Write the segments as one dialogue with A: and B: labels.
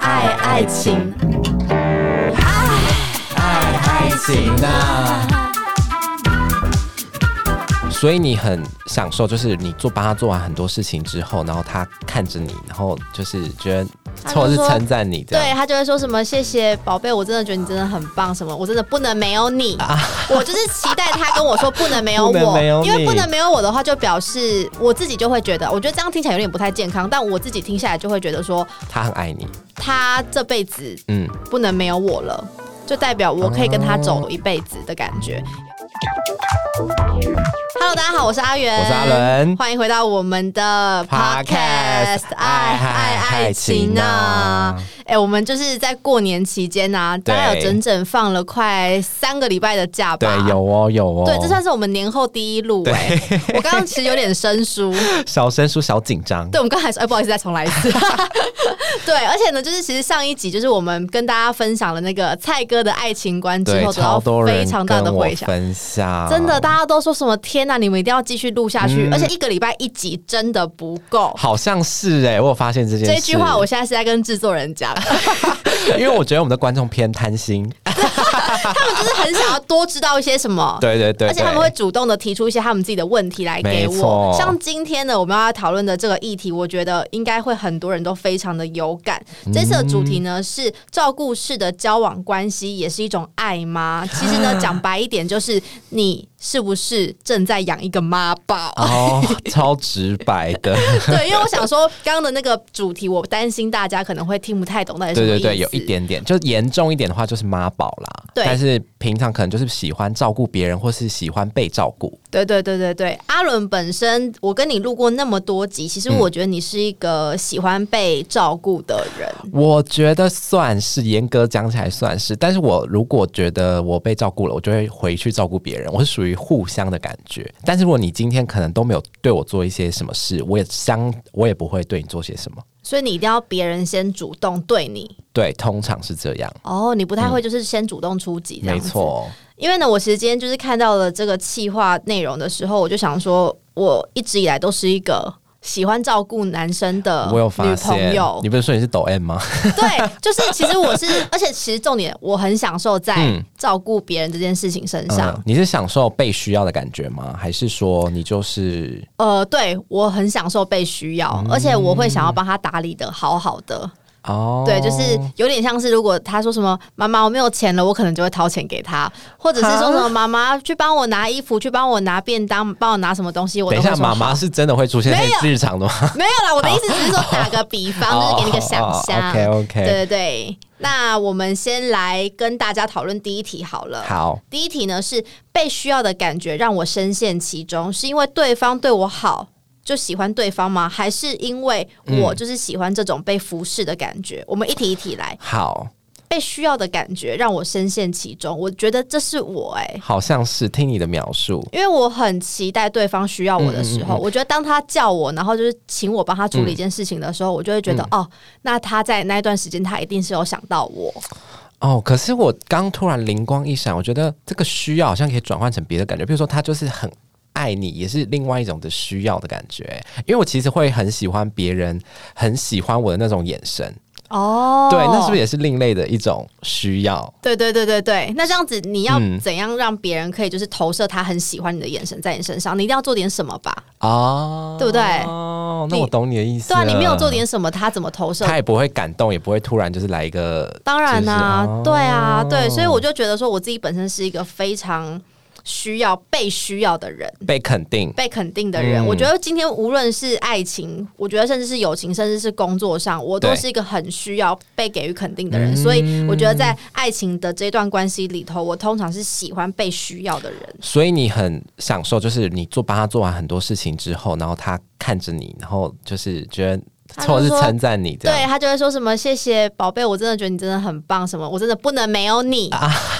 A: 爱情，
B: 爱爱情啊！所以你很享受，就是你做帮他做完很多事情之后，然后他看着你，然后就是觉得
A: 他就
B: 或者是
A: 说
B: 称赞你这
A: 对
B: 样。
A: 他就会说什么谢谢宝贝，我真的觉得你真的很棒，什么我真的不能没有你，我就是期待他跟我说不能没有
B: 啊不能
A: 我，
B: 没有你
A: 因为不能没有我的话，就表示我自己就会觉得，我觉得这样听起来有点不太健康，但我自己听下来就会觉得说
B: 他很爱你，
A: 他这辈子
B: 嗯，
A: 不能没有我了，就代表我可以跟他
B: 哦
A: 走一辈子的感觉。Hello，大家好，我是阿元，
B: 我是阿伦
A: 欢迎回到我们的
B: Podcast
A: Podcast，爱爱爱情啊！哎、我们就是在过年期间呐、啊，大概有整整放了快三个礼拜的假
B: 对
A: 吧？，。
B: 有哦，有哦，
A: 对，这算是我们年后第一录哎、我刚刚其实有点生疏，
B: 小生疏，小紧张。
A: 对，我们刚才说，哎、不好意思，再重来一 次。对，而且呢，就是其实上一集就是我们跟大家分享了那个蔡哥的爱情观之
B: 对，
A: 后，得
B: 超
A: 到
B: 多人
A: 非常大的
B: 跟我
A: 回响。
B: 分享，
A: 真的，大家都说什么天呐、你们一定要继续录下去，
B: 嗯
A: 而且一个礼拜一集真的不够。
B: 好像是哎、我有发现这件事。
A: 这句话我现在是在跟制作人讲，
B: 因为我觉得我们的观众偏贪心，
A: 哦他们就是很想要多知道一些什么。
B: 对对对
A: 而且他们会主动的提出一些他们自己的问题来给
B: 没错
A: 我。像今天呢，我们要讨论的这个议题，我觉得应该会很多人都非常的有感。这次的主题呢是照顾式的交往关系也是一种爱 吗？其实呢，讲白一点就是你是不是正在养一个妈宝？
B: 哦，超直白的，
A: 对，因为我想说刚刚的那个主题，我担心大家可能会听不太懂到底是
B: 对
A: 什么
B: 对
A: 意思。
B: 对，有一。点点，就严重一点的话就是妈宝啦，
A: 对
B: 但是平常可能就是喜欢照顾别人，或是喜欢被照顾，
A: 对对对对对，阿伦本身，我跟你录过那么多集，其实
B: 嗯
A: 我觉得你是一个喜欢被照顾的人。
B: 我觉得算是严格讲起来算是，但是我如果觉得我被照顾了，我就会回去照顾别人，我是属于互相的感觉。但是如果你今天可能都没有对我做一些什么事，我也相我也不会对你做些什么。
A: 所以你一定要别人先主动对你
B: 对，通常是这样，
A: 哦，你不太会就是先主动出击这样
B: 嗯没
A: 子。
B: 错。
A: 因为呢，我其实今天就是看到了这个企划内容的时候，我就想说，我一直以来都是一个喜欢照顾男生的
B: 我有发
A: 呃女朋
B: 现
A: 友，
B: 你不是说你是抖 M 吗？
A: 对，就是其实我是，而且其实重点，我很享受在
B: 嗯
A: 照顾别人这件事情身上。
B: 嗯，你是享受被需要的感觉吗？还是说你就是
A: 呃，对我很享受被需要，
B: 嗯
A: 而且我会想要帮他打理的好好的。
B: 哦？
A: 对，就是有点像是如果他说什么“妈妈，我没有钱了”，我可能就会掏钱给他，或者是说什么“妈妈去帮我拿衣服，去帮我拿便当，帮我拿什么东西”，我
B: 等
A: 都
B: 一
A: 会
B: 下，
A: 说
B: 妈妈
A: 好
B: 是真的会出现
A: 没有
B: 在日常的吗？哦
A: 没有啦，我的意思只是说打个比方，就是给你个想象。
B: OK OK，
A: 对对对，那我们先来跟大家讨论第一题好了。
B: 好，
A: 第一题呢是被需要的感觉让我深陷其中，是因为对方对我好就喜欢对方吗？还是因为
B: 嗯
A: 我就是喜欢这种被服侍的感觉？我们一题一题来。
B: 好，
A: 被需要的感觉让我深陷其中，我觉得这是我哎、
B: 好像是听你的描述，
A: 因为我很期待对方需要我的时
B: 嗯
A: 候，我觉得当他叫我，然后就是请我帮他处理一件事情的时候，我就会觉得、
B: 嗯
A: 哦，那他在那一段时间他一定是有想到我，
B: 哦，可是我刚突然灵光一闪，我觉得这个需要好像可以转换成别的感觉，比如说他就是很爱你，也是另外一种的需要的感觉。因为我其实会很喜欢别人，很喜欢我的那种眼神，
A: 哦，
B: 对，那是不是也是另类的一种需要？
A: 对对对对对，那这样子你要
B: 嗯
A: 怎样让别人可以就是投射他很喜欢你的眼神在你身上？你一定要做点什么吧？
B: 哦，
A: 对不对
B: 哦，那我懂你的意思
A: 对
B: 了。
A: 啊，你没有做点什么，他怎么投射？
B: 他也不会感动，也不会突然就是来一个。
A: 当然啦、
B: 就是哦
A: 对啊，对，所以我就觉得说我自己本身是一个非常需要被需要的人。
B: 被肯定，
A: 被肯定的人，
B: 嗯
A: 我觉得今天无论是爱情，我觉得甚至是友情，甚至是工作上，我都
B: 对
A: 是一个很需要被给予肯定的人。所以我觉得在爱情的这段关系里头，我通常是喜欢被需要的人。
B: 所以你很享受，就是你做帮他做完很多事情之后，然后他看着你，然后就是觉得
A: 他就
B: 或者是
A: 说
B: 称赞你这
A: 对
B: 样。
A: 他就会说什么谢谢宝贝，我真的觉得你真的很棒，什么我真的不能没有你，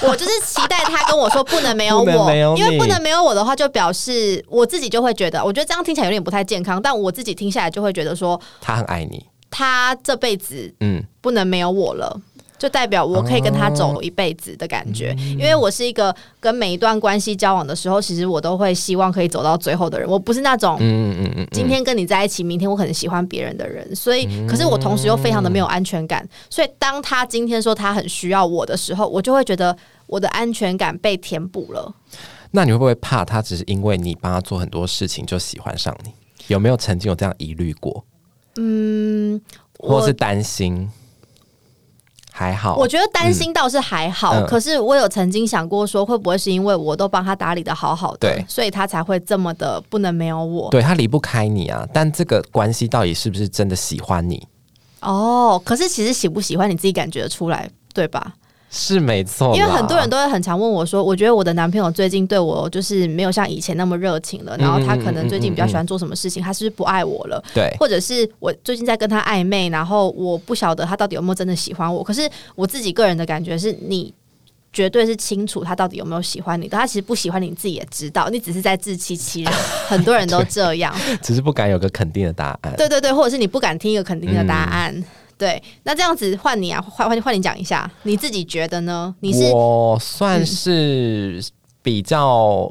A: 我就是期待他跟我 说不能没有
B: 啊不能
A: 我，
B: 没有你
A: 因为不能没有我的话，就表示我自己就会觉得，我觉得这样听起来有点不太健康，但我自己听下来就会觉得说
B: 他很爱你，
A: 他这辈子
B: 嗯，
A: 不能没有我了。就代表我可以跟他走一辈子的感觉。
B: 嗯
A: 因为我是一个跟每一段关系交往的时候，其实我都会希望可以走到最后的人。我不是那种
B: 嗯嗯嗯
A: 今天跟你在一起，明天我可能喜欢别人的人，所以可是我同时又非常的没有安全感，所以当他今天说他很需要我的时候，我就会觉得我的安全感被填补了。
B: 嗯，那你会不会怕他只是因为你帮他做很多事情就喜欢上你？有没有曾经有这样疑虑过，或
A: 嗯我
B: 是担心？还好，
A: 我觉得担心倒是还好，
B: 嗯
A: 可是我有曾经想过说，会不会是因为我都帮他打理的好好的
B: 对，
A: 所以他才会这么的不能没有我？
B: 对他离不开你啊，但这个关系到底是不是真的喜欢你？
A: 哦，可是其实喜不喜欢你自己感觉得出来，对吧？
B: 是没哦错啦，
A: 因为很多人都会很常问我说，我觉得我的男朋友最近对我就是没有像以前那么热情了，然后
B: 嗯
A: 他可能最近比较喜欢做什么事情，他是不是不爱我了？
B: 对，
A: 或者是我最近在跟他暧昧，然后我不晓得他到底有没有真的喜欢我。可是我自己个人的感觉是你。绝对是清楚他到底有没有喜欢你的，他其实不喜欢你，你自己也知道，你只是在自欺欺人。很多人都这样，
B: 只是不敢有个肯定的答案。
A: 对对对，或者是你不敢听一个肯定的答案。对，那这样子换你啊，换换换你讲一下，你自己觉得呢？你是嗯
B: 我算是比较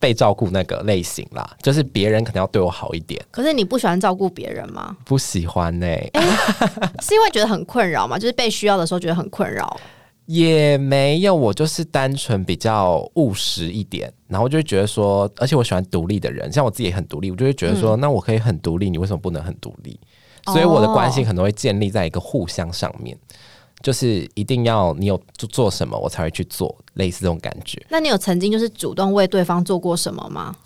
B: 被照顾那个类型啦，就是别人可能要对我好一点，
A: 可是你不喜欢照顾别人吗？
B: 不喜欢欸呢、
A: 是因为觉得很困扰吗？就是被需要的时候觉得很困扰。
B: 也没有，我就是单纯比较务实一点，然后就会觉得说，而且我喜欢独立的人，像我自己也很独立，我就会觉得
A: 嗯
B: 说，那我可以很独立，你为什么不能很独立？
A: 哦
B: 所以我的关系可能会建立在一个互相上面，就是一定要你有做做什么，我才会去做，类似这种感觉。
A: 那你有曾经就是主动为对方做过什么吗？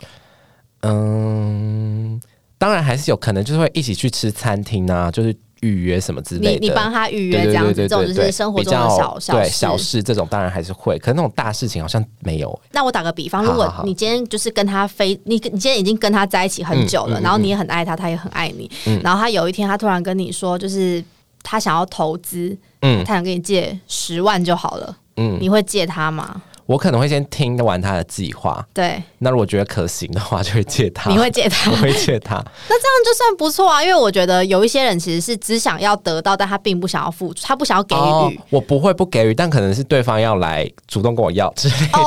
B: 嗯，当然还是有可能就是会一起去吃餐厅啊，就是预约什么之类
A: 你
B: 的。
A: 你帮他预
B: 预
A: 约这样子，这
B: 对对
A: 种
B: 对
A: 就是生活中的
B: 比较
A: 小小
B: 对小
A: 事。
B: 事这种当然还是会，可是那种大事情好像没有。
A: 那我打个比方，
B: 好
A: 如果
B: 好好
A: 你今天就是跟他非你你今天已经跟他在一起很久了，
B: 嗯嗯嗯
A: 然后你也很爱他，他也很爱你，然后他有一天他突然跟你说，就是他想要投资，
B: 嗯
A: 他想跟你借十万就好了，
B: 嗯，
A: 你会借他吗？
B: 我可能会先听完他的计划，
A: 对，
B: 那如果觉得可行的话，就会借 他。
A: 你会借他
B: 我会借他，
A: 那就算不错啊，因为我觉得有一些人其实是只想要得到，但他并不想要付出，他不想要给
B: 哦
A: 予。
B: 我不会不给予，但可能是对方要来主动跟我要之类的吧。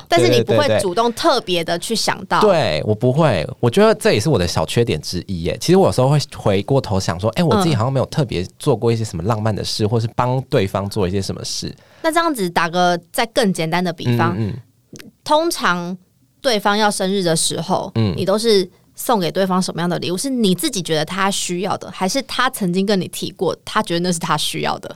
A: 哦但是
B: 对
A: 你
B: 对
A: 不
B: 对
A: 会
B: 对
A: 主动特别的去想到，
B: 对我不会，我觉得这也是我的小缺点之一耶。其实我有时候会回过头想说，哎、我
A: 嗯
B: 自己好像没有特别做过一些什么浪漫的事，或是帮对方做一些什么事。
A: 那这样子打个再更简单的比方，
B: 嗯，
A: 通常对方要生日的时候，
B: 嗯
A: 你都是送给对方什么样的礼物？是你自己觉得他需要的，还是他曾经跟你提过，他觉得那是他需要的？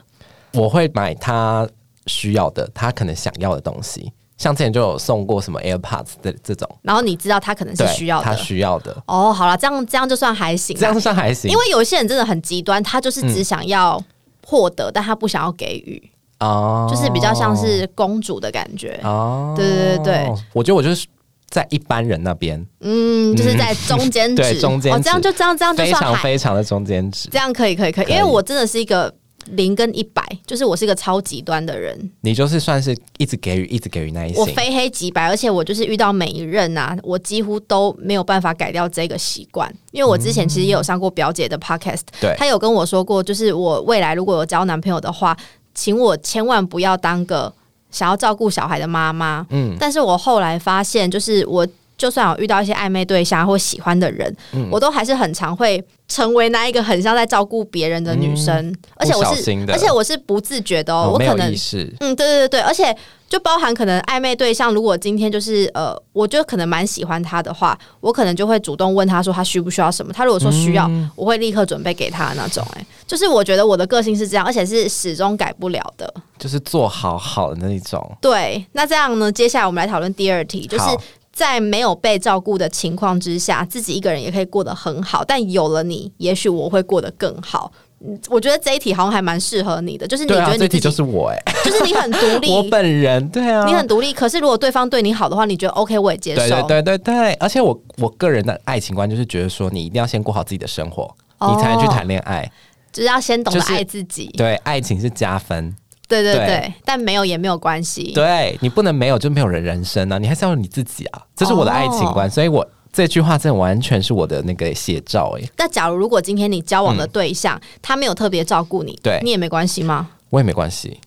B: 嗯我会买他需要的，他可能想要的东西。像之前就有送过什么 AirPods 的这种，
A: 然后你知道他可能是
B: 对，
A: 需要
B: 他
A: 的。
B: 需要的，
A: 哦，好了，这样这样就算还行啦，
B: 这样算还行。
A: 因为有一些人真的很极端，他就是只想要获得，但他不想要给予，
B: 哦，
A: 就是比较像是公主的感觉。
B: 哦，
A: 对对对对，
B: 我觉得我就是在一般人那边，
A: 嗯，就是在中间值，
B: 对中间
A: 哦，
B: 值
A: 这样就这样这样就
B: 非
A: 算
B: 常
A: 还
B: 非常的中间值。
A: 这样可以，可以，可以，
B: 可以
A: 因为我真的是一个零跟一百，就是我是一个超极端的人，
B: 你就是算是一直给予，一直给予那一
A: 我
B: 型。
A: 非黑即白，而且我就是遇到每一任啊，我几乎都没有办法改掉这个习惯，因为我之前其实也有上过表姐的 podcast，、
B: 对
A: 她有跟我说过，就是我未来如果有交男朋友的话，请我千万不要当个想要照顾小孩的妈妈。嗯，但是我后来发现，就是我。就算有遇到一些暧昧对象或喜欢的人，
B: 嗯
A: 我都还是很常会成为那一个很像在照顾别人的女生，而且我
B: 嗯不小
A: 是
B: 心，的
A: 而且我是不自觉的哦，
B: 哦
A: 我
B: 没
A: 可
B: 有
A: 能
B: 意识，
A: 嗯，对对对，而且就包含可能暧昧对象，如果今天就是呃，我就可能蛮喜欢他的话，我可能就会主动问他说他需不需要什么。他如果说需要，
B: 嗯
A: 我会立刻准备给他的那种、哎，就是我觉得我的个性是这样，而且是始终改不了的。
B: 就是做好好的那一种。
A: 对，那这样呢，接下来我们来讨论第二题，就是
B: 好
A: 在没有被照顾的情况之下，自己一个人也可以过得很好，但有了你，也许我会过得更好。嗯我觉得这一题好像还蛮适合你的，就是你
B: 对
A: 觉
B: 啊
A: 得，你
B: 这
A: 自己、
B: 题就是我哎、
A: 就是你很独 立，
B: 我本人对啊，
A: 你很独立，可是如果对方对你好的话，你觉得 OK，我也接受。
B: 对对对对对，而且我我个人的爱情观就是觉得说，你一定要先过好自己的生活，你才能
A: 哦
B: 去谈恋爱。
A: 就是要先懂得
B: 就是
A: 爱自己。
B: 对，爱情是加分，
A: 对对对
B: 对
A: 但没有也没有关系。
B: 对你不能没有就没有人人生啊，你还是要有你自己啊，这是我的爱情
A: 哦
B: 观，所以我这句话真的完全是我的那个写照哎、
A: 那假如如果今天你交往的对象、他没有特别照顾你，
B: 嗯对
A: 你也没关系吗？
B: 我也没关系。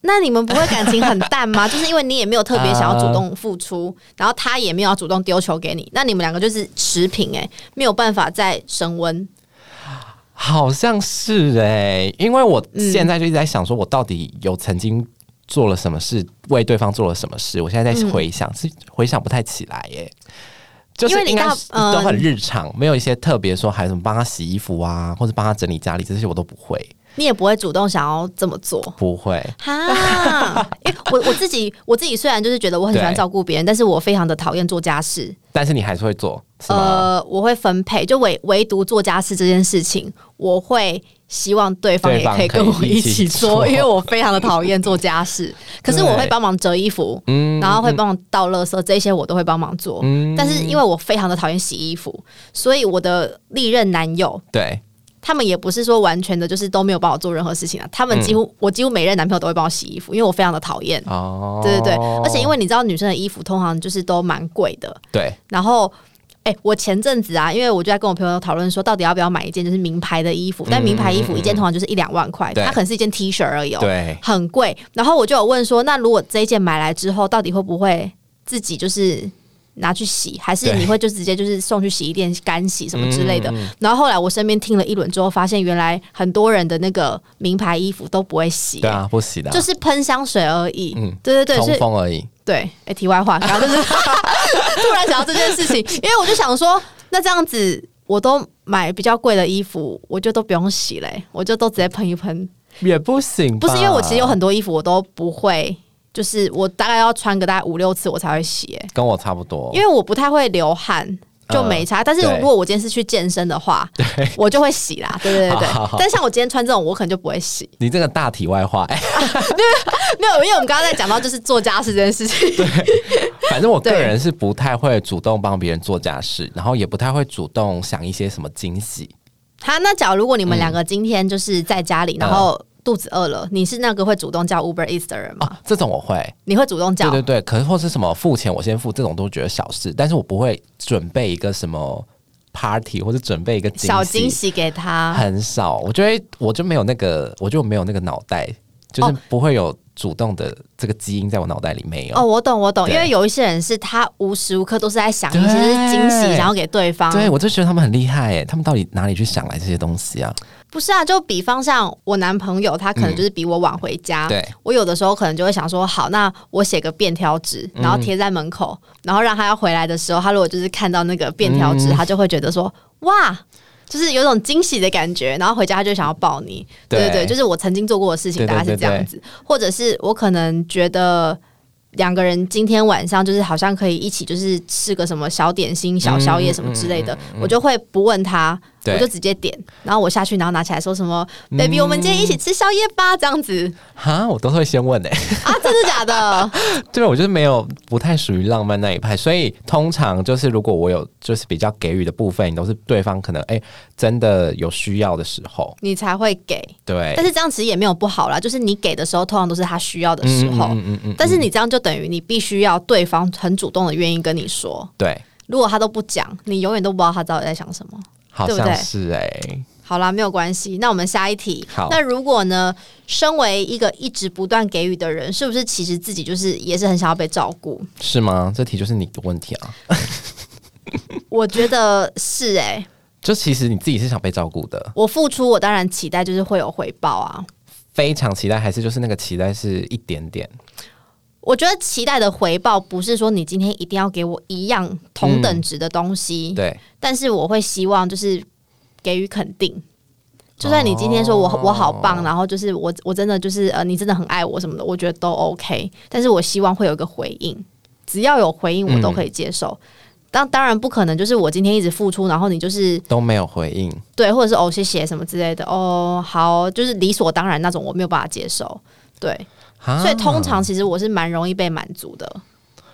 A: 那你们不会感情很淡 吗？就是因为你也没有特别想要主动付出，然后他也没有要主动丢球给你，那你们两个就是持平、欸，哎，没有办法再升温。
B: 好像是哎、因为我现在就一直在想，说我到底有曾经做了什么事，为对方做了什么事？我现在在回想，是回想不太起来耶、就
A: 嗯因
B: 是
A: 为你
B: 应该
A: 大
B: 是
A: 呃
B: 都很日常，没有一些特别说还有什么帮他洗衣服啊，或者帮他整理家里这些我都不会，
A: 你也不会主动想要这么 做。
B: 不会。
A: 哈，因为我我自己我自己虽然就是觉得我很喜欢
B: 对
A: 照顾别人，但是我非常的讨厌做家事。
B: 但是你还是会做，是吗？
A: 呃，我会分配，就唯唯独做家事这件事情，我会希望对方
B: 对
A: 也
B: 方
A: 可以
B: 可
A: 跟
B: 以
A: 我
B: 一
A: 一
B: 起
A: 起做，
B: 做
A: 因为我非常的讨厌做家事。 可是我会
B: 对
A: 帮忙折衣服，
B: 嗯
A: 然后会帮忙倒垃圾，这些我都会帮忙做。
B: 嗯
A: 但是因为我非常的讨厌洗衣服，所以我的历任男友
B: 对，
A: 他们也不是说完全的，就是都没有帮我做任何事情啊。他们几乎、我几乎每任男朋友都会帮我洗衣服，因为我非常的讨厌。
B: 哦，
A: 对对对，而且因为你知道女生的衣服通常就是都蛮贵的，
B: 对
A: 然后。哎、我前阵子啊，因为我就在跟我朋友讨论说，到底要不要买一件就是名牌的衣服？但名牌衣服一件通常就是一两万块，
B: 嗯对
A: 它可能是一件 T 恤而已、哦，
B: 对，
A: 很贵。然后我就有问说，那如果这一件买来之后，到底会不会自己就是拿去洗，还是
B: 对
A: 你会就直接就是送去洗衣店干洗什么之类的？
B: 嗯嗯
A: 然后后来我身边听了一轮之后，发现原来很多人的那个名牌衣服都不会洗、
B: 对啊，不洗的啊、
A: 就是喷香水而已。
B: 嗯
A: 对对对，所
B: 通
A: 以
B: 风而已。
A: 对，哎、题外话，然后就是 突然想到这件事情，因为我就想说，那这样子我都买比较贵的衣服，我就都不用洗嘞、我就都直接喷一喷。
B: 也不行
A: 不
B: 吧，
A: 是因为我其实有很多衣服我都不会，就是我大概要穿个大概五六次我才会洗、欸，
B: 跟我差不多，
A: 因为我不太会流汗。就没差，但是
B: 哦嗯对
A: 如果我今天是去健身的话，我就会洗啦，对对对对。
B: 好好好
A: 但像我今天穿这种，我可能就不会洗。
B: 你这个大体外化，哎，
A: 没有，因为我们刚刚在讲到就是做家事这件事 情，
B: 反正我个
A: 对
B: 人是不太会主动帮别人做家事，然后也不太会主动想一些什么惊喜。
A: 他那假如如果你们
B: 嗯
A: 两个今天就是在家里，然后肚子饿了，你是那个会主动叫 Uber Eats 的人吗？
B: 哦，这种我会，
A: 你会主动叫？
B: 对对对，可是或是什么付钱我先付，这种都觉得小事，但是我不会准备一个什么 party 或者准备一个
A: 小惊喜给他。
B: 很少，我觉得我就没有那个，我就没有那个脑袋，就是
A: 哦
B: 不会有主动的这个基因在我脑袋里没有。
A: 哦，我懂，我懂，
B: 对
A: 因为有一些人是他无时无刻都是在想一
B: 对
A: 些就是惊喜，想要给对方。
B: 对，我就觉得他们很厉害哎，他们到底哪里去想来这些东西啊？
A: 不是啊，就比方像我男朋友，他可
B: 嗯
A: 能就是比我晚回家，
B: 对
A: 我有的时候可能就会想说，好，那我写个便条纸，
B: 嗯
A: 然后贴在门口，然后让他要回来的时候，他如果就是看到那个便条
B: 嗯
A: 纸，他就会觉得说，哇。就是有种惊喜的感觉，然后回家他就想要抱你，对对
B: 对
A: 对，就是我曾经做过的事情，
B: 对对
A: 大概是这样子，或者是我可能觉得两个人今天晚上就是好像可以一起就是吃个什么小点心、小宵夜什么之类
B: 嗯
A: 的，我就会不问他，
B: 对嗯
A: 我就直接点，然后我下去，然后拿起来说什么、b a b y 我们今天一起吃宵夜吧”这样子
B: 哈，我都会先问哎、
A: 啊，真的假的？
B: 对，我就是没有不太属于浪漫那一派，所以通常就是如果我有就是比较给予的部分，都是对方可能哎、真的有需要的时候，
A: 你才会给，
B: 对
A: 但，是这样其实也没有不好啦，就是你给的时候通常都是他需要的时候，
B: 嗯嗯嗯
A: 但是你这样就等于你必须要对方很主动的愿意跟你说，
B: 对，
A: 如果他都不讲，你永远都不知道他到底在想什么。
B: 好
A: 对不对
B: 像是哎、
A: 好啦，没有关系。那我们下一题
B: 好。
A: 那如果呢，身为一个一直不断给予的人，是不是其实自己就是也是很想要被照顾？
B: 是吗？这题就是你的问题啊，
A: 我觉得是诶、
B: 就其实你自己是想被照顾的，
A: 我付出，我当然期待就是会有回报啊。
B: 非常期待，还是就是那个期待是一点点，
A: 我觉得期待的回报不是说你今天一定要给我一样同等值的东西，
B: 嗯对，
A: 但是我会希望就是给予肯定。就算你今天说我、
B: 哦
A: 我好棒，然后就是我我真的就是呃你真的很爱我什么的，我觉得都 OK。但是我希望会有一个回应，只要有回应我都可以接受。当当然不可能就是我今天一直付出，然后你就是
B: 都没有回应，
A: 对，或者是哦谢谢什么之类的，哦好，就是理所当然那种，我没有办法接受。对，
B: 啊
A: 所以通常其实我是蛮容易被满足的。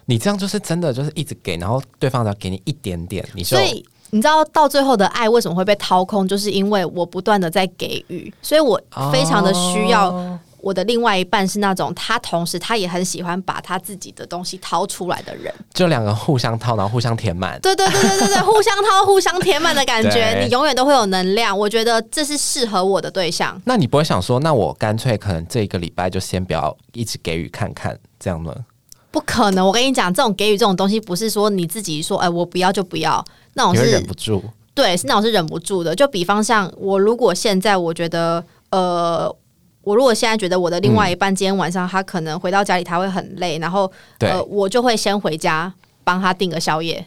B: 你这样就是真的就是一直给，然后对方只要给你一点点，你就
A: 所以你知道到最后的爱为什么会被掏空，就是因为我不断的在给予，所以我非常的需要
B: 哦
A: 我的另外一半是那种他同时他也很喜欢把他自己的东西掏出来的人。
B: 就两个互相套，然后互相填满。
A: 对对对 对对对，互相掏、互相填满的感觉，
B: 对
A: 你永远都会有能量。我觉得这是适合我的对象。
B: 那你不会想说，那我干脆可能这一个礼拜就先不要一直给予看看，这样呢？
A: 不可能，我跟你讲，这种给予这种东西，不是说你自己说，哎、我不要就不要，那种
B: 你会
A: 哦是
B: 忍不住。
A: 对，是那种是忍不住的。就比方像我，如果现在我觉得，呃，我如果现在觉得我的另
B: 嗯
A: 外一半今天晚上他可能回到家里他会很累，然后
B: 对
A: 呃，我就会先回家帮他订个宵夜，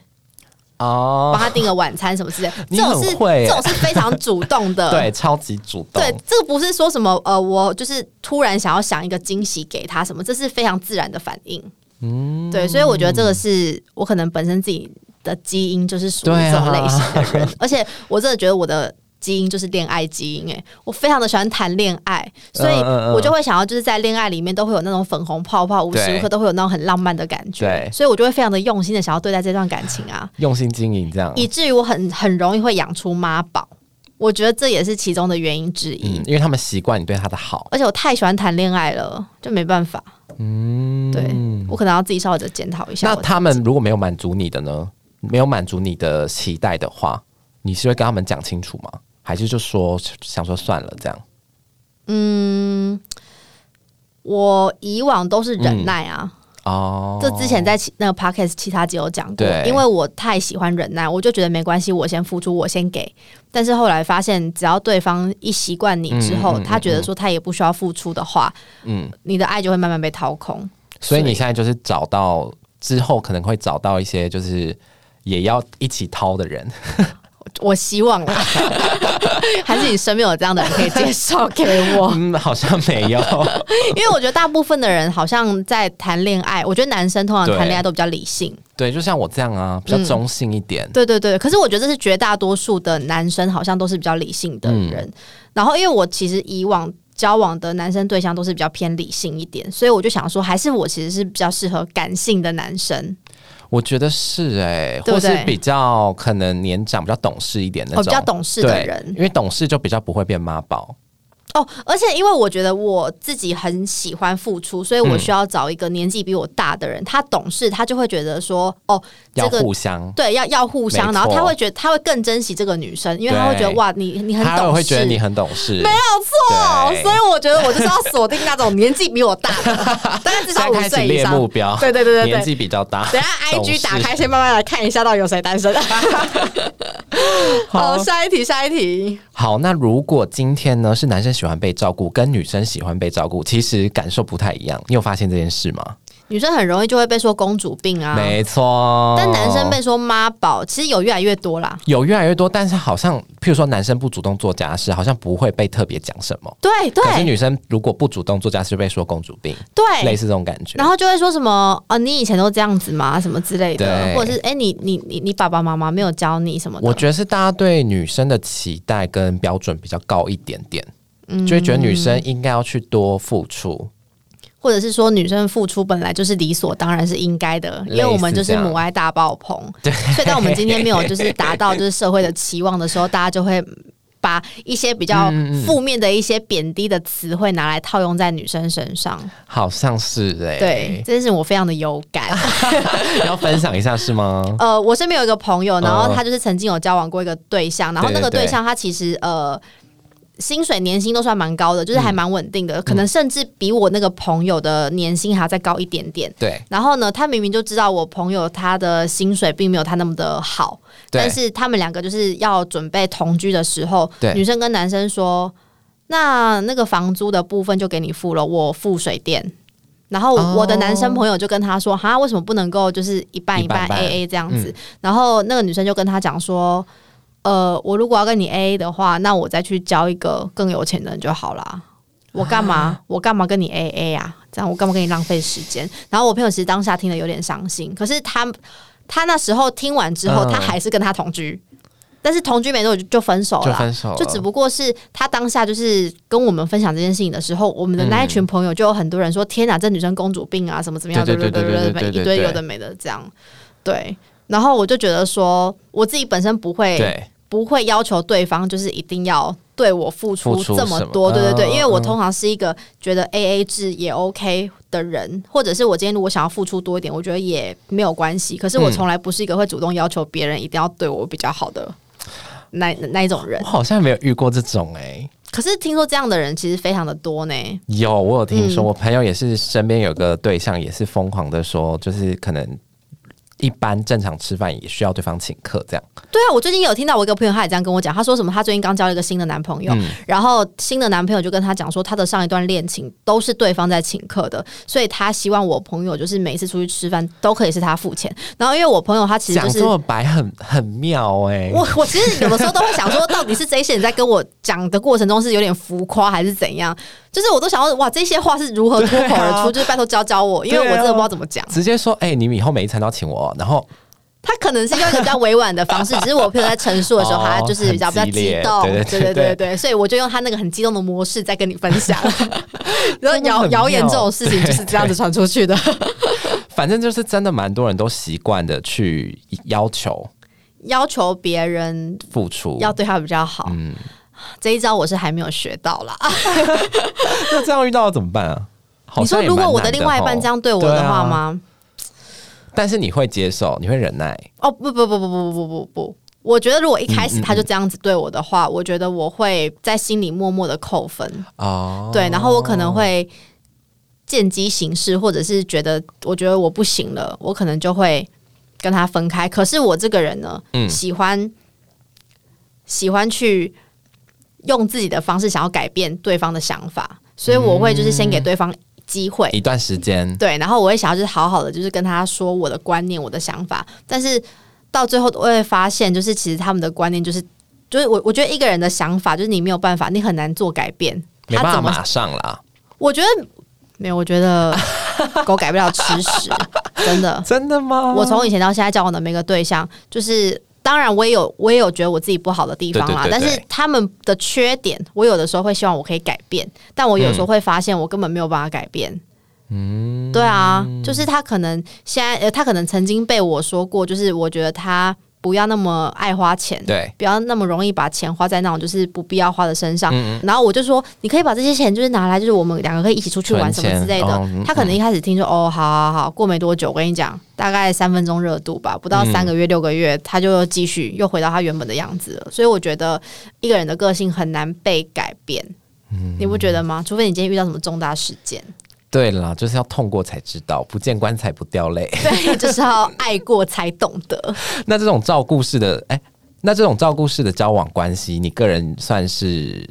A: 帮
B: 哦，
A: 他订个晚餐什么之类的。这
B: 你
A: 种是
B: 很会欸耶
A: 这种是非常主动 的，
B: 对，超级主动。
A: 对，这个不是说什么呃，我就是突然想要想一个惊喜给他什么，这是非常自然的反应。嗯，对，所以我觉得这个是我可能本身自己的基因就是属于
B: 对
A: 这
B: 啊
A: 种类型的人， 而且我真的觉得我的。基因就是恋爱基因、欸，我非常的喜欢谈恋爱，所以
B: 嗯嗯嗯
A: 我就会想要就是在恋爱里面都会有那种粉红泡泡，无时无
B: 对
A: 刻都会有那种很浪漫的感觉
B: 对，
A: 所以我就会非常的用心的想要对待这段感情啊。
B: 用心经营这样。
A: 以至于我很很容易会养出妈宝，我觉得这也是其中的原因之一。
B: 嗯，因为他们习惯你对他的好。
A: 而且我太喜欢谈恋爱了，就没办法。
B: 嗯，
A: 对、我可能要自己稍微的检讨一下
B: 那
A: 我。
B: 他们如果没有满足你的呢？没有满足你的期待的话，你是会跟他们讲清楚吗？还是就说想说算了这样？
A: 我以往都是忍耐啊，
B: 哦，
A: 这之前在其那个 podcast 其他集有讲过，
B: 对
A: 因为我太喜欢忍耐，我就觉得没关系，我先付出，我先给。但是后来发现，只要对方一习惯你之后，
B: 嗯嗯嗯
A: 他觉得说他也不需要付出的话，嗯，你的爱就会慢慢被掏空。
B: 所以你现在就是找到之后可能会找到一些就是也要一起掏的人，
A: 我希望啦， 还是你身边有这样的人可以介 绍给我。
B: 嗯，好像没 有，
A: 因为我觉得大部分的人好像在谈恋爱，我觉得男生通常谈恋爱都比较理性，
B: 对，就像我这样
A: 嗯
B: 啊，比较中性一点，
A: 对对对。可是我觉得这是绝大多数的男生好像都是比较理性的人。
B: 嗯
A: 然后因为我其实以往交往的男生对象都是比较偏理性一点，所以我就想说，还是我其实是比较适合感性的男生，
B: 我觉得是哎、
A: 对不
B: 或
A: 对
B: 是比较可能年长、比较懂事一点那
A: 我哦
B: 种，
A: 比较懂事的人
B: 对。因为懂事就比较不会变妈宝，
A: 哦，而且因为我觉得我自己很喜欢付出，所以
B: 嗯
A: 我需要找一个年纪比我大的人，他懂事，他就会觉得说，哦，这
B: 要
A: 个
B: 互相。
A: 对，要要互相，
B: 没错
A: 然后他会觉得他会更珍惜这个女生，因为他会觉得
B: 对
A: 哇，你你很
B: 他
A: 懂
B: 会
A: 事，
B: 觉得你很懂事，没
A: 哦
B: 有
A: 所以我觉得我就是要锁定那种年纪比我大 的，大概至少
B: 现在
A: 五
B: 开始
A: 岁以
B: 列目
A: 上。
B: 标，
A: 对对对对对
B: 年纪比较大。
A: 等一下
B: 懂
A: IG
B: 事
A: 打开，先慢慢来看一下到底有谁 单身。好，下一题，下一题。
B: 好，那如果今天呢是男生喜欢被照顾，跟女生喜欢被照顾，其实感受不太一样。你有发现这件事吗？
A: 女生很容易就会被说公主病啊，
B: 没错，
A: 但男生被说妈宝，其实有越来越多啦。
B: 有越来越多，但是好像譬如说男生不主动做家事，好像不会被特别讲什么。
A: 对哎
B: 可是
A: 对
B: 女生如果不主动做家事，就被说公主病，类
A: 对。
B: 似这种感觉
A: 然。后就会说什么啊，你以前都这样子吗？什么之类的，
B: 对
A: 或者是哎、你你你你爸爸妈妈没有教你什么的。
B: 我觉得是大家对女生的期待跟标准比较高一点点，
A: 嗯
B: 就会觉得女生应该要去多付出。
A: 或者是说女生付出本来就是理所当然是应该的，因为我们就是母爱大爆棚，所以当我们今天没有就是达到就是社会的期望的时候，大家就会。把一些比 较
B: 嗯
A: 负面的一些贬低的词汇拿来套用在女生身上，
B: 好像是哎、
A: 对，这是我非常的有感。
B: 对，要分享一下是吗？
A: 呃，我身边有一个朋友，然后
B: 嗯
A: 他就是曾经有交往过一个对象，然后那个
B: 对对对
A: 对象他其实呃。薪水年薪都算蛮高的，就是还蛮稳定
B: 嗯
A: 的，可能甚至比我那个朋友的年薪还要再高一点点。
B: 对
A: 然后呢，他明明就知道我朋友他的薪水并没有他那么的好，
B: 对
A: 但是他们两个就是要准备同居的时候，
B: 对
A: 女生跟男生说，那那个房租的部分就给你付了，我付水电。然后
B: 哦
A: 我的男生朋友就跟他说：“哈、为什么不能够就是一半一
B: 一
A: 半
B: 半一半嗯
A: A A 这样子？”然后那个女生就跟他讲说：“呃，我如果要跟你 A A 的话，那我再去交一个更有钱的人就好啦。我干嘛？
B: 啊
A: 我干嘛跟你 A A 啊？这样我干嘛跟你浪费时间？然后我朋友其实当下听了有点伤心，可是他他那时候听完之后，
B: 嗯
A: 他还是跟他同居，但是同居没多久就就分手
B: 就
A: 了啊。
B: 分手了，
A: 就只不过是他当下就是跟我们分享这件事情的时候，我们的那一群朋友就有很多人说：“天哪，这女生公主病啊，什么怎么样，
B: 对对
A: 对
B: 对对对对
A: 一
B: 对
A: 堆
B: 对
A: 有的没的这样。”对，然后我就觉得说，我自己本身不会
B: 对
A: 不会要求对方就是一定要对我付出
B: 付出
A: 这么
B: 什么
A: 多，对对对，
B: 嗯
A: 因为我通常是一个觉得 A A 制也 OK 的人，或者是我今天如果想要付出多一点，我觉得也没有关系。可是我
B: 嗯
A: 从来不是一个会主动要求别人一定要对我比较好的那那一种人
B: 我。好像没有遇过这种哎、
A: 可是听说这样的人其实非常的多呢。
B: 有，我有听说，
A: 嗯
B: 我朋友也是身边有个对象，也是疯狂的说，就是可能一般正常吃饭也需要对方请客这样。
A: 对啊，我最近有听到我一个朋友，他也这样跟我讲，他说什么他最近刚交了一个新的男朋友，
B: 嗯
A: 然后新的男朋友就跟他讲说，他的上一段恋情都是对方在请客的，所以他希望我朋友就是每次出去吃饭都可以是他付钱。然后因为我朋友他其实
B: 讲
A: 就是
B: 这。么白很很妙哎、
A: 我我其实有的时候都会想说，到底是这些人在跟我讲的过程中是有点浮夸还是怎样？就是我都想要哇，这些话是如何脱口而出？
B: 对啊
A: 就是拜托教教我，因为我
B: 对啊
A: 真的不知道怎么讲。
B: 直接说哎、你们以后每一餐都要请我哦，然后
A: 他可能是用一个比较委婉的方式， 只是我朋友在陈述的时候，
B: 哦
A: 他就是比较比较
B: 很激烈
A: 激动，
B: 对对
A: 对
B: 对
A: 对对
B: 对
A: 对，所以我就用他那个很激动的模式在跟你分 享。然后
B: 真的
A: 谣
B: 很
A: 谣言
B: 妙
A: 这种事情就是这样子传出去的，
B: 反正就是真的蛮多人都习惯的去要求
A: 要求别人
B: 付出，
A: 要对他比较好。
B: 嗯，
A: 这一招我是还没有学到啦。啊
B: 那这样遇到了怎么办啊？好
A: 你
B: 像
A: 说
B: 也
A: 如果
B: 蛮
A: 我的
B: 难
A: 另外一半
B: 吼
A: 这样对我的话？
B: 对啊
A: 吗？
B: 但是你会接受，你会忍耐，
A: 哦，不不不不不不不不。我觉得如果一开
B: 嗯
A: 始他就这样子对我的话，我觉得我会在心里默默的扣分。
B: 哦，
A: 对，然后我可能会见机行事，或者是觉得我觉得我不行了，我可能就会跟他分开。可是我这个人呢，
B: 嗯
A: 喜欢喜欢去用自己的方式想要改变对方的想法，所以我会就是先
B: 嗯
A: 给对方机会。
B: 一段时间，
A: 对，然后我会想要就是好好的，就是跟他说我的观念、我的想法，但是到最后我会发现，就是其实他们的观念就是，就是我我觉得一个人的想法，就是你没有办法，你很难做改变，
B: 没
A: 他
B: 办法
A: 怎么
B: 马上啦，
A: 我觉得没有，我觉 得狗改不了吃屎，真的。
B: 真的吗
A: 我从以前到现在交往的每个对象，就是当然我也有我也有觉得我自己不好的地方啦，
B: 对对对对
A: 但是他们的缺点，我有的时候会希望我可以改变，但我有时候会发现我根本没有办法改变。嗯，对啊，就是他可能现在呃，他可能曾经被我说过，就是我觉得他不要那么爱花钱，
B: 对
A: 不要那么容易把钱花在那种就是不必要花的身上。然后我就说，你可以把这些钱就是拿来，就是我们两个可以一起出去玩什
B: 存
A: 么之
B: 钱
A: 类的。
B: 哦嗯
A: 他可能一开始听说，哦，好好好，过没多久，我跟你讲，大概三分钟热度吧，不到三个月、六个月，他就继续又回到他原本的样子了。所以我觉得一个人的个性很难被改变。你不觉得吗？除非你今天遇到什么重大事件，
B: 对啦，就是要痛过才知道，不见棺材不掉泪。
A: 对，就是要爱过才懂得。
B: 那这种照顾式的，哎、那这种照顾式的交往关系，你个人算是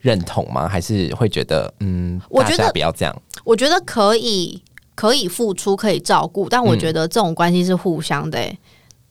B: 认同吗？还是会觉得，嗯，
A: 我
B: 大
A: 觉得
B: 家不要这样，
A: 我觉得可以，可以付出，可以照顾，但我觉得这种关系是互相的、欸。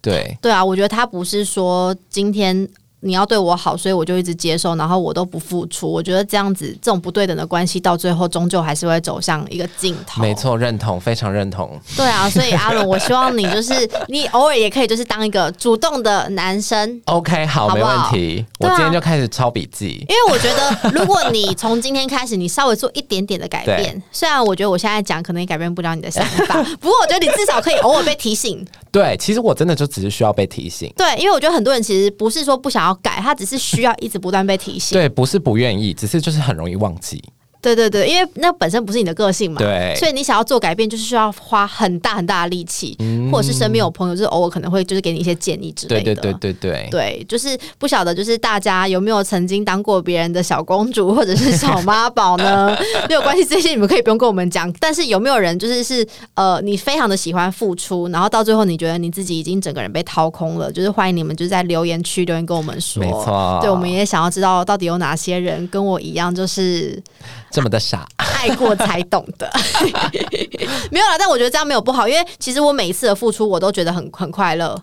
B: 对，
A: 对啊，我觉得他不是说今天你要对我好，所以我就一直接受，然后我都不付出。我觉得这样子这种不对等的关系，到最后终究还是会走向一个尽头。
B: 没，错，认同，非常认同。
A: 对啊，所以阿伦，我希望你就是你偶尔也可以就是当一个主动的男生。
B: OK，好，
A: 好不
B: 没
A: 好
B: 问题。我
A: 对啊
B: 今天就开始抄笔记。
A: 因为我觉得，如果你从今天开始，你稍微做一点点的改 变，虽然我觉得我现在讲可能也改变不了你的想法，不过我觉得你至少可以偶尔被提醒，
B: 对，其实我真的就只是需要被提醒，
A: 对，因为我觉得很多人其实不是说不想要改，他只是需要一直不断被提醒。
B: 对，不是不愿意，只是就是很容易忘记。
A: 对对对，因为那本身不是你的个性嘛，
B: 对
A: 所以你想要做改变，就是需要花很大很大的力气，或者是身边有朋友，就是偶尔可能会就是给你一些建议之类
B: 对
A: 的。
B: 嗯对对对对，
A: 对就是不晓得，就是大家有没有曾经当过别人的小公主 或者是小妈宝 呢？没有关系，这些你们可以不用跟我们讲。但是有没有人就是是呃，你非常的喜欢付出，然后到最后你觉得你自己已经整个人被掏空了，就是欢迎你们就是在留言区留言跟我们说。
B: 没错
A: 对，我们也想要知道到底有哪些人跟我一样，就是
B: 这么的傻，
A: 爱过才懂得， 没有啦。但我觉得这样没有不好，因为其实我每一次的付出，我都觉得很很快乐。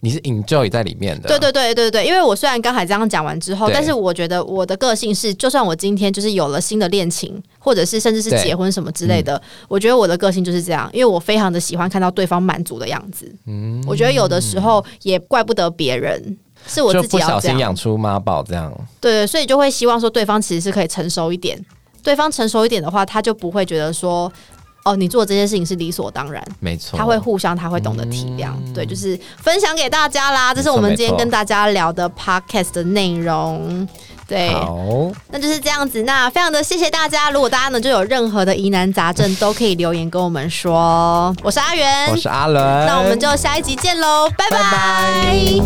B: 你是 enjoy 在里面的。
A: 对对对对对，因为我虽然刚才这样讲完之后，
B: 啊对
A: 但是我觉得我的个性是，就算我今天就是有了新的恋情，或者是甚至是
B: 对
A: 结婚什么之类的，我觉得我的个性就是这样，因为我非常的喜欢看到对方满足的样子。嗯，我觉得有的时候也怪不得别人。是我
B: 就
A: 自己
B: 不
A: 要
B: 小
A: 这样
B: 心，养出妈宝这样。
A: 对对，所以就会希望说对方其实是可以成熟一点。对方成熟一点的话，他就不会觉得说，哦，你做这些事情是理所当然。
B: 没错，嗯
A: 他会互相，他会懂得体谅，对，就是分享给大家啦。这是我们今天
B: 没错
A: 跟大家聊的 podcast 的内容。对，
B: 好，
A: 那就是这样子。那非常的谢谢大家，如果大家呢就有任何的疑难杂症，都可以留言跟我们说。我是阿元，
B: 我是阿伦，
A: 那我们就下一集见喽，拜
B: 拜
A: 拜
B: 拜